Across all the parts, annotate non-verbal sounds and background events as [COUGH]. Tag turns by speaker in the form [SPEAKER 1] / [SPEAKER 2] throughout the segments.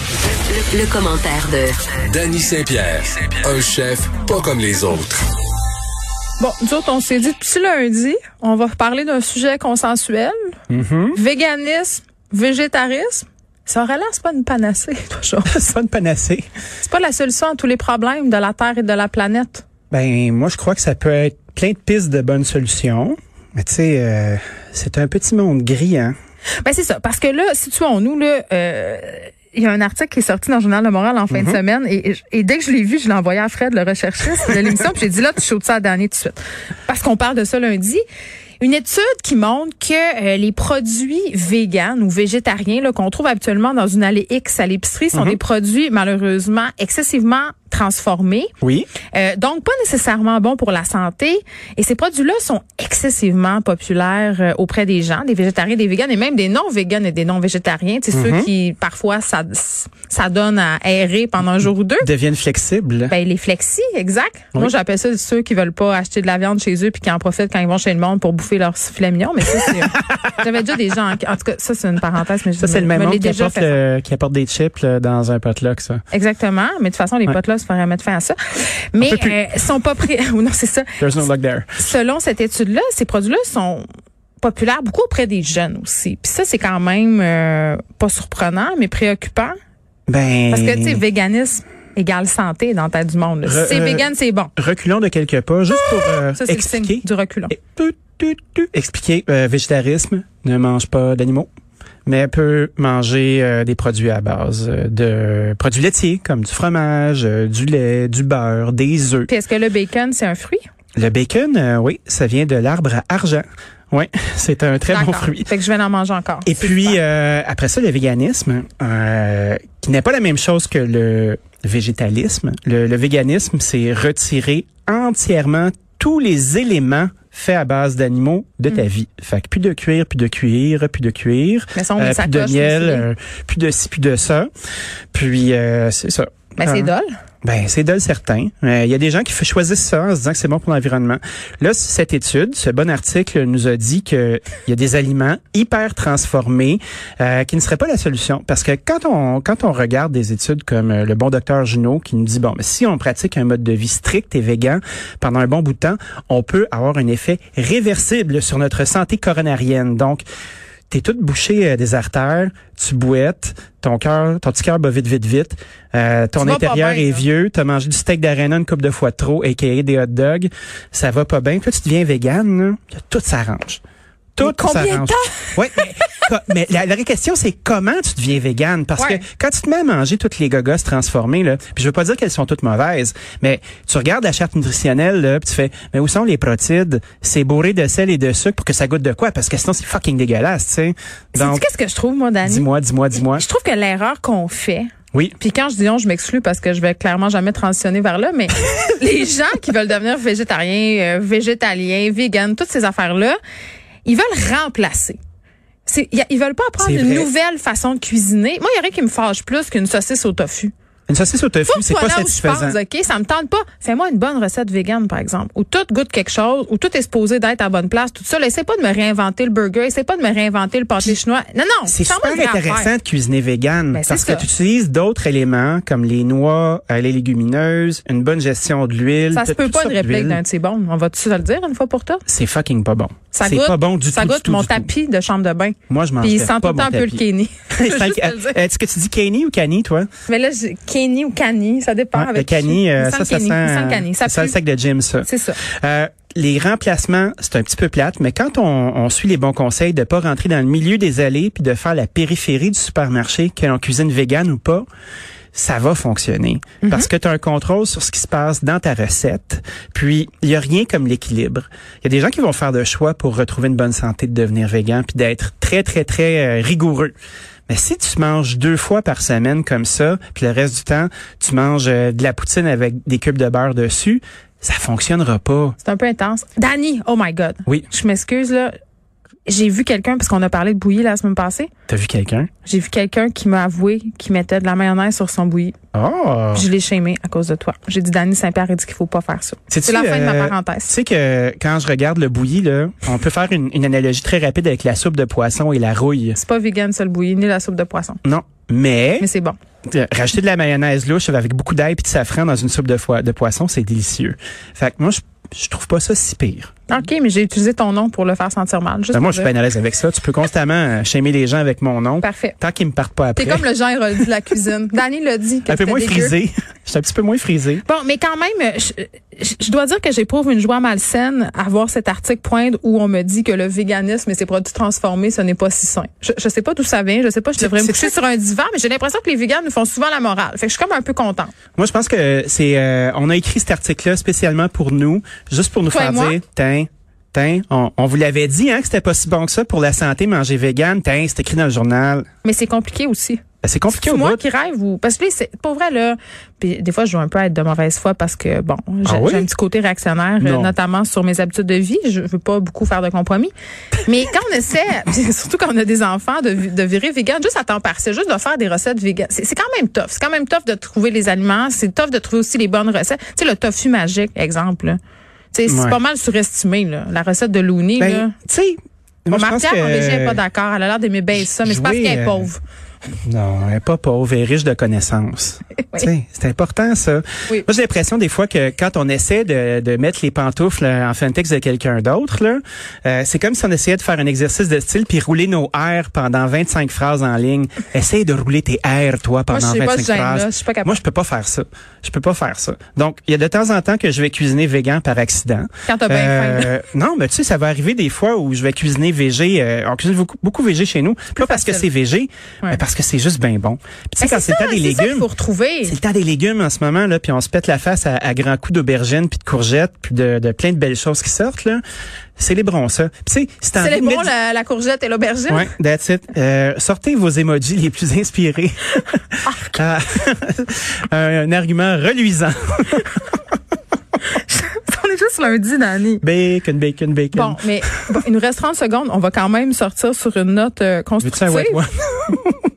[SPEAKER 1] Le, le commentaire de
[SPEAKER 2] Danny Saint-Pierre, un chef pas comme les autres.
[SPEAKER 3] Bon, nous autres, on s'est dit, depuis lundi, on va reparler d'un sujet consensuel. Véganisme, végétarisme. Ça aurait l'air, c'est pas une panacée, [LAUGHS] toi, chose.
[SPEAKER 4] [LAUGHS] C'est pas une panacée.
[SPEAKER 3] C'est pas la solution à tous les problèmes de la Terre et de la planète.
[SPEAKER 4] Ben, moi, je crois que ça peut être plein de pistes de bonnes solutions. Mais tu sais, euh, c'est un petit monde gris, hein?
[SPEAKER 3] Ben, c'est ça. Parce que là, situons-nous, là, euh, il y a un article qui est sorti dans le Journal de Moral en fin de semaine et, et- et dès que je l'ai vu, je l'ai envoyé à Fred, le recherchiste de l'émission, puis j'ai dit là, tu chaudes ça à dernier tout de suite. Parce qu'on parle de ça lundi. Une étude qui montre que euh, les produits véganes ou végétariens là, qu'on trouve habituellement dans une allée X à l'épicerie sont des produits malheureusement excessivement transformés.
[SPEAKER 4] Oui.
[SPEAKER 3] Euh, donc, pas nécessairement bon pour la santé. Et ces produits-là sont excessivement populaires euh, auprès des gens, des végétariens, des véganes et même des non-véganes et des non-végétariens. C'est
[SPEAKER 4] Mm-hmm.
[SPEAKER 3] ceux qui, parfois, ça, ça donne à errer pendant un jour ou deux.
[SPEAKER 4] Deviennent flexibles.
[SPEAKER 3] Ben, les flexis, exact. Moi, j'appelle ça ceux qui veulent pas acheter de la viande chez eux puis qui en profitent quand ils vont chez le monde pour bouffer leur filet mignon. Mais ça,
[SPEAKER 4] [LAUGHS]
[SPEAKER 3] c'est... J'avais déjà des gens... En en tout cas, ça, c'est une parenthèse, mais je
[SPEAKER 4] ça, c'est le
[SPEAKER 3] me-
[SPEAKER 4] même
[SPEAKER 3] me l'ai
[SPEAKER 4] monde qui
[SPEAKER 3] déjà
[SPEAKER 4] apporte,
[SPEAKER 3] fait
[SPEAKER 4] le- qui apporte des chips là, dans un potluck, ça.
[SPEAKER 3] Exactement. Mais de toute façon, les
[SPEAKER 4] Ouais.
[SPEAKER 3] potes-là se feraient mettre fin à ça. Mais
[SPEAKER 4] peut plus.
[SPEAKER 3] euh, sont pas prêts... [LAUGHS] ou non, c'est ça.
[SPEAKER 4] There's no luck there.
[SPEAKER 3] selon cette étude-là, ces produits-là sont populaires beaucoup auprès des jeunes aussi. Puis ça, c'est quand même euh, pas surprenant, mais préoccupant.
[SPEAKER 4] Ben.
[SPEAKER 3] Parce que, tu sais, véganisme égale santé dans la tête du monde. là. Si
[SPEAKER 4] Re-
[SPEAKER 3] c'est
[SPEAKER 4] euh,
[SPEAKER 3] vegan, c'est bon.
[SPEAKER 4] Reculons de quelques pas, juste pour euh,
[SPEAKER 3] Ça, c'est le signe
[SPEAKER 4] expliquer.
[SPEAKER 3] du reculon.
[SPEAKER 4] Et tout, tout, tout. Expliquer, euh, végétarisme ne mange pas d'animaux, mais peut manger euh, des produits à base euh, de produits laitiers comme du fromage, euh, du lait, du beurre, des œufs.
[SPEAKER 3] Puis est-ce que le bacon, c'est un fruit?
[SPEAKER 4] Le bacon, euh, oui, ça vient de l'arbre à argent. Oui, [LAUGHS] c'est un très bon
[SPEAKER 3] D'accord.
[SPEAKER 4] fruit.
[SPEAKER 3] Fait que je vais en manger encore.
[SPEAKER 4] Et puis, euh, après ça, le véganisme, euh, qui n'est pas la même chose que le végétalisme. Le, le véganisme, c'est retirer entièrement tous les éléments faits à base d'animaux de
[SPEAKER 3] Hmm.
[SPEAKER 4] ta vie. Fait que plus de cuir, plus de cuir, plus de cuir,
[SPEAKER 3] Mais ça, on met
[SPEAKER 4] euh,
[SPEAKER 3] ça
[SPEAKER 4] plus de
[SPEAKER 3] coche,
[SPEAKER 4] miel,
[SPEAKER 3] mais c'est-
[SPEAKER 4] euh, plus de ci, plus de ça. Puis, euh, c'est ça.
[SPEAKER 3] Ben, c'est
[SPEAKER 4] Hein?
[SPEAKER 3] dole.
[SPEAKER 4] Ben, c'est dole certain. Euh, Il y a des gens qui f- choisissent ça en se disant que c'est bon pour l'environnement. Là, c- cette étude, ce bon article nous a dit que il y a des aliments hyper transformés euh, qui ne seraient pas la solution. Parce que quand on quand on regarde des études comme euh, le bon docteur Junot qui nous dit, bon, mais si on pratique un mode de vie strict et végan pendant un bon bout de temps, on peut avoir un effet réversible sur notre santé coronarienne. Donc, t'es toute bouchée euh, des artères, tu boites, ton cœur, ton petit cœur bat vite, vite, vite. Euh, ton
[SPEAKER 3] vas pas
[SPEAKER 4] intérieur
[SPEAKER 3] bien,
[SPEAKER 4] est
[SPEAKER 3] là.
[SPEAKER 4] vieux, t'as mangé du steak d'arena une coupe de fois de trop, a.k.a. des hot dogs, ça va pas bien. Puis Là, tu deviens vegan, là, puis là, tout s'arrange. Tout
[SPEAKER 3] Mais combien de
[SPEAKER 4] s'arrange.
[SPEAKER 3] temps?
[SPEAKER 4] Ouais, mais, [LAUGHS] co- mais la, la vraie question, c'est comment tu deviens végane? Parce
[SPEAKER 3] Ouais.
[SPEAKER 4] que quand tu te mets à manger toutes les gogosses transformées, là, puis je veux pas dire qu'elles sont toutes mauvaises, mais tu regardes la charte nutritionnelle, là, puis tu fais, mais où sont les protides? C'est bourré de sel et de sucre pour que ça goûte de quoi? Parce que sinon, c'est fucking dégueulasse, tu sais.
[SPEAKER 3] Sais-tu
[SPEAKER 4] Donc,
[SPEAKER 3] qu'est-ce que je trouve, moi, Dani?
[SPEAKER 4] dis-moi, dis-moi, dis-moi.
[SPEAKER 3] Je trouve que l'erreur qu'on fait,
[SPEAKER 4] Oui.
[SPEAKER 3] Puis quand je dis on, je m'exclus parce que je vais clairement jamais transitionner vers là,
[SPEAKER 4] [LAUGHS]
[SPEAKER 3] mais les gens qui veulent devenir végétariens, euh, végétaliens, vegan, toutes ces affaires-là, ils veulent remplacer. C'est- y a- Ils veulent pas apprendre
[SPEAKER 4] C'est
[SPEAKER 3] une
[SPEAKER 4] vrai.
[SPEAKER 3] nouvelle façon de cuisiner. Moi, il y a rien qui me fâche plus qu'une saucisse au tofu.
[SPEAKER 4] Une saucisse au tofu,
[SPEAKER 3] Faut que
[SPEAKER 4] c'est
[SPEAKER 3] tu sois
[SPEAKER 4] pas
[SPEAKER 3] là où je
[SPEAKER 4] satisfaisant.
[SPEAKER 3] pense, hein. OK? Ça me tente pas. Fais-moi une bonne recette végane, par exemple, où tout goûte quelque chose, où tout est supposé d'être à bonne place, tout ça. Là, Essaie pas de me réinventer le burger, essaie pas de me réinventer le pâté chinois. Non, non,
[SPEAKER 4] C'est
[SPEAKER 3] fais-moi
[SPEAKER 4] super
[SPEAKER 3] une vraie affaire.
[SPEAKER 4] intéressant de cuisiner vegan
[SPEAKER 3] Ben, c'est
[SPEAKER 4] parce que
[SPEAKER 3] ça.
[SPEAKER 4] tu utilises d'autres éléments comme les noix, euh, les légumineuses, une bonne gestion de l'huile.
[SPEAKER 3] Ça se
[SPEAKER 4] de
[SPEAKER 3] peut
[SPEAKER 4] toutes
[SPEAKER 3] pas une
[SPEAKER 4] sortes
[SPEAKER 3] réplique
[SPEAKER 4] d'huiles.
[SPEAKER 3] d'un de ces bons. On va-tu se le dire une fois pour toutes?
[SPEAKER 4] C'est fucking pas bon.
[SPEAKER 3] Ça
[SPEAKER 4] C'est
[SPEAKER 3] goûte,
[SPEAKER 4] pas bon du
[SPEAKER 3] ça
[SPEAKER 4] tout. du
[SPEAKER 3] goûte
[SPEAKER 4] tout,
[SPEAKER 3] mon
[SPEAKER 4] du tout.
[SPEAKER 3] tapis de chambre de bain.
[SPEAKER 4] Moi, je mange
[SPEAKER 3] Puis il sent tout
[SPEAKER 4] pas
[SPEAKER 3] le temps
[SPEAKER 4] mon
[SPEAKER 3] un peu le
[SPEAKER 4] tapis.
[SPEAKER 3] Kenny.
[SPEAKER 4] [LAUGHS]
[SPEAKER 3] Je veux
[SPEAKER 4] C'est
[SPEAKER 3] juste
[SPEAKER 4] un-
[SPEAKER 3] te le dire.
[SPEAKER 4] euh, Est-ce que tu dis Kenny ou Cani, toi?
[SPEAKER 3] [LAUGHS] Mais là, j'ai Kenny ou Cani, ça dépend.
[SPEAKER 4] Ouais, le
[SPEAKER 3] avec qui.
[SPEAKER 4] Cani,
[SPEAKER 3] Il
[SPEAKER 4] euh,
[SPEAKER 3] me
[SPEAKER 4] ça,
[SPEAKER 3] semble
[SPEAKER 4] ça
[SPEAKER 3] Kenny.
[SPEAKER 4] sent,
[SPEAKER 3] Il me semble Kenny.
[SPEAKER 4] ça sent le
[SPEAKER 3] pue.
[SPEAKER 4] sac de gym, ça.
[SPEAKER 3] C'est ça.
[SPEAKER 4] Euh, les remplacements, c'est un petit peu plate, mais quand on, on suit les bons conseils de pas rentrer dans le milieu des allées puis de faire la périphérie du supermarché, que l'on cuisine vegan ou pas, ça va fonctionner
[SPEAKER 3] Mhm.
[SPEAKER 4] parce que tu as un contrôle sur ce qui se passe dans ta recette. Puis il y a rien comme l'équilibre. Il y a des gens qui vont faire de choix pour retrouver une bonne santé de devenir vegan puis d'être très très très euh, rigoureux. Mais si tu manges deux fois par semaine comme ça, puis le reste du temps, tu manges euh, de la poutine avec des cubes de beurre dessus, ça fonctionnera pas.
[SPEAKER 3] C'est un peu intense. Danny, oh my God.
[SPEAKER 4] Oui.
[SPEAKER 3] Je m'excuse, là. J'ai vu quelqu'un, parce qu'on a parlé de bouillie la semaine passée.
[SPEAKER 4] T'as vu quelqu'un?
[SPEAKER 3] J'ai vu quelqu'un qui m'a avoué qu'il mettait de la mayonnaise sur son bouillie.
[SPEAKER 4] Oh!
[SPEAKER 3] Je l'ai chémé à cause de toi. J'ai dit, Danny Saint-Pierre a dit qu'il faut pas faire ça.
[SPEAKER 4] Sais-tu,
[SPEAKER 3] C'est la fin de
[SPEAKER 4] euh,
[SPEAKER 3] ma
[SPEAKER 4] Tu
[SPEAKER 3] parenthèse.
[SPEAKER 4] sais que quand je regarde le bouilli, là, on peut faire une, une analogie très rapide avec la soupe de poisson et la rouille.
[SPEAKER 3] C'est pas vegan, ça, le bouillie, ni la soupe de poisson.
[SPEAKER 4] Non. Mais,
[SPEAKER 3] Mais c'est bon.
[SPEAKER 4] euh, Racheter de la mayonnaise louche avec beaucoup d'ail et de safran dans une soupe de, foie, de poisson, c'est délicieux. Fait que moi, je, je trouve pas ça si pire.
[SPEAKER 3] Ah, OK, mais j'ai utilisé ton nom pour le faire sentir mal. Juste
[SPEAKER 4] Ben, moi,
[SPEAKER 3] pour
[SPEAKER 4] je suis
[SPEAKER 3] dire.
[SPEAKER 4] bien à l'aise avec ça. Tu peux constamment euh, shamer les gens avec mon nom.
[SPEAKER 3] Parfait.
[SPEAKER 4] Tant qu'ils me partent pas après.
[SPEAKER 3] T'es comme le Jean Héroldi de la
[SPEAKER 4] [LAUGHS]
[SPEAKER 3] cuisine. Danny l'a dit. que
[SPEAKER 4] un peu
[SPEAKER 3] c'était
[SPEAKER 4] moins
[SPEAKER 3] dégueu.
[SPEAKER 4] frisé. [LAUGHS] Je suis un petit peu moins frisé.
[SPEAKER 3] Bon, mais quand même, je, je- je dois dire que j'éprouve une joie malsaine à voir cet article pointe où on me dit que le véganisme et ses produits transformés, ce n'est pas si sain. Je, je sais pas d'où ça vient, je sais pas, je devrais me
[SPEAKER 4] c'est-
[SPEAKER 3] coucher sur un divan, mais j'ai l'impression que les véganes nous font souvent la morale. Fait que je suis comme un peu contente.
[SPEAKER 4] Moi, je pense que c'est, euh, on a écrit cet article-là spécialement pour nous, juste pour nous
[SPEAKER 3] Toi et
[SPEAKER 4] faire
[SPEAKER 3] moi?
[SPEAKER 4] dire, tiens, tiens, on, on vous l'avait dit, hein, que c'était pas si bon que ça pour la santé, manger vegan, tiens, c'est écrit dans le journal.
[SPEAKER 3] Mais c'est compliqué aussi.
[SPEAKER 4] Ben, c'est compliqué
[SPEAKER 3] C'est
[SPEAKER 4] au
[SPEAKER 3] moi
[SPEAKER 4] bout.
[SPEAKER 3] qui rêve ou parce que là, c'est pas vrai là. Puis des fois je joue un peu à être de mauvaise foi parce que bon, j'ai
[SPEAKER 4] Ah oui?
[SPEAKER 3] j'ai un petit côté réactionnaire euh,
[SPEAKER 4] Non.
[SPEAKER 3] notamment sur mes habitudes de vie, je veux pas beaucoup faire de compromis. Mais quand on essaie [LAUGHS] puis surtout quand on a des enfants de, vi- de virer vegan juste à temps partiel, juste de faire des recettes vegan, c'est c'est quand même tough. C'est quand même tough de trouver les aliments, c'est tough de trouver aussi les bonnes recettes. Tu sais le tofu magique exemple. là. Tu sais, c'est
[SPEAKER 4] Ouais.
[SPEAKER 3] pas mal surestimé là, la recette de Looney là.
[SPEAKER 4] Ben, tu sais, moi, je
[SPEAKER 3] Marc
[SPEAKER 4] pense
[SPEAKER 3] Pierre Orangé est
[SPEAKER 4] que...
[SPEAKER 3] pas d'accord, elle a l'air d'aimer bien ça, mais c'est parce
[SPEAKER 4] jouer,
[SPEAKER 3] qu'elle est
[SPEAKER 4] euh,
[SPEAKER 3] pauvre.
[SPEAKER 4] Non, elle est pas pauvre, elle est riche
[SPEAKER 3] [LAUGHS]
[SPEAKER 4] de connaissances. Tu sais, C'est important, ça.
[SPEAKER 3] Oui.
[SPEAKER 4] Moi, j'ai l'impression des fois que quand on essaie de, de mettre les pantoufles euh, en fin de texte de quelqu'un d'autre, là, euh, c'est comme si on essayait de faire un exercice de style puis rouler nos R pendant 25 phrases
[SPEAKER 3] [LAUGHS]
[SPEAKER 4] en ligne. Essaye de rouler tes R, toi,
[SPEAKER 3] Moi, je
[SPEAKER 4] pendant
[SPEAKER 3] sais pas
[SPEAKER 4] 25
[SPEAKER 3] ce gène-là,
[SPEAKER 4] phrases.
[SPEAKER 3] je suis pas capable.
[SPEAKER 4] Moi, je peux pas faire ça. Je peux pas faire ça. Donc, il y a de temps en temps que je vais cuisiner vegan par accident.
[SPEAKER 3] Quand t'as bien
[SPEAKER 4] Euh, Non, mais tu sais, ça va arriver des fois où je vais cuisiner végé. euh, on cuisine beaucoup, beaucoup végé chez nous. Pas parce que
[SPEAKER 3] facile.
[SPEAKER 4] c'est végé,
[SPEAKER 3] Ouais.
[SPEAKER 4] mais parce que c'est juste bien bon. Puis tu sais,
[SPEAKER 3] Ben,
[SPEAKER 4] quand c'est le temps
[SPEAKER 3] ça,
[SPEAKER 4] des
[SPEAKER 3] ça qu'il
[SPEAKER 4] légumes,
[SPEAKER 3] faut retrouver.
[SPEAKER 4] c'est le temps des légumes en ce moment là, puis on se pète la face à, à grands coups d'aubergines, puis de courgettes, puis de, de plein de belles choses qui sortent là. Célébrons ça. Puis tu sais, si t'as envie de
[SPEAKER 3] Célébrons
[SPEAKER 4] mettre-
[SPEAKER 3] la, la courgette et l'aubergine.
[SPEAKER 4] Ouais, that's it. Euh, sortez vos emojis les plus
[SPEAKER 3] [LAUGHS]
[SPEAKER 4] inspirés. Ah, un, un argument reluisant.
[SPEAKER 3] [LAUGHS] On est juste lundi, Dani.
[SPEAKER 4] Bacon, bacon, bacon.
[SPEAKER 3] Bon, mais bon, il nous reste 30 secondes. On va quand même sortir sur une note euh,
[SPEAKER 4] Veux-tu
[SPEAKER 3] constructive.
[SPEAKER 4] un white one?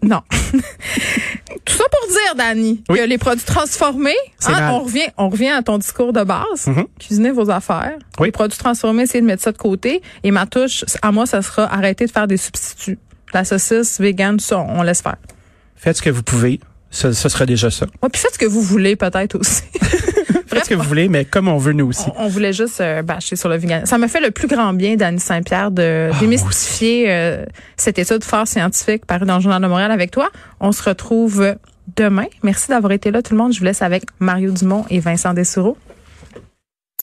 [SPEAKER 3] Non. [LAUGHS] Tout ça pour dire, Dani,
[SPEAKER 4] Oui.
[SPEAKER 3] que les produits transformés, hein,
[SPEAKER 4] C'est mal. Mm-hmm.
[SPEAKER 3] on revient, on revient à ton discours de base. Cuisinez vos affaires.
[SPEAKER 4] Oui.
[SPEAKER 3] Les produits transformés, essayez de mettre ça de côté. Et ma touche, à moi, ça sera arrêter de faire des substituts. La saucisse, vegan, tout ça, on laisse faire.
[SPEAKER 4] Faites ce que vous pouvez. Ce, ce sera déjà ça.
[SPEAKER 3] Ouais, puis faites ce que vous voulez, peut-être aussi.
[SPEAKER 4] Faites ce que vous voulez, mais comme on veut nous aussi.
[SPEAKER 3] On, on voulait juste euh, bâcher sur le vegan. Ça me fait le plus grand bien, Dany Saint-Pierre, de démystifier euh, cette étude fort scientifique parue dans le Journal de Montréal avec toi. On se retrouve demain. Merci d'avoir été là, tout le monde. Je vous laisse avec Mario Dumont et Vincent Dessureau.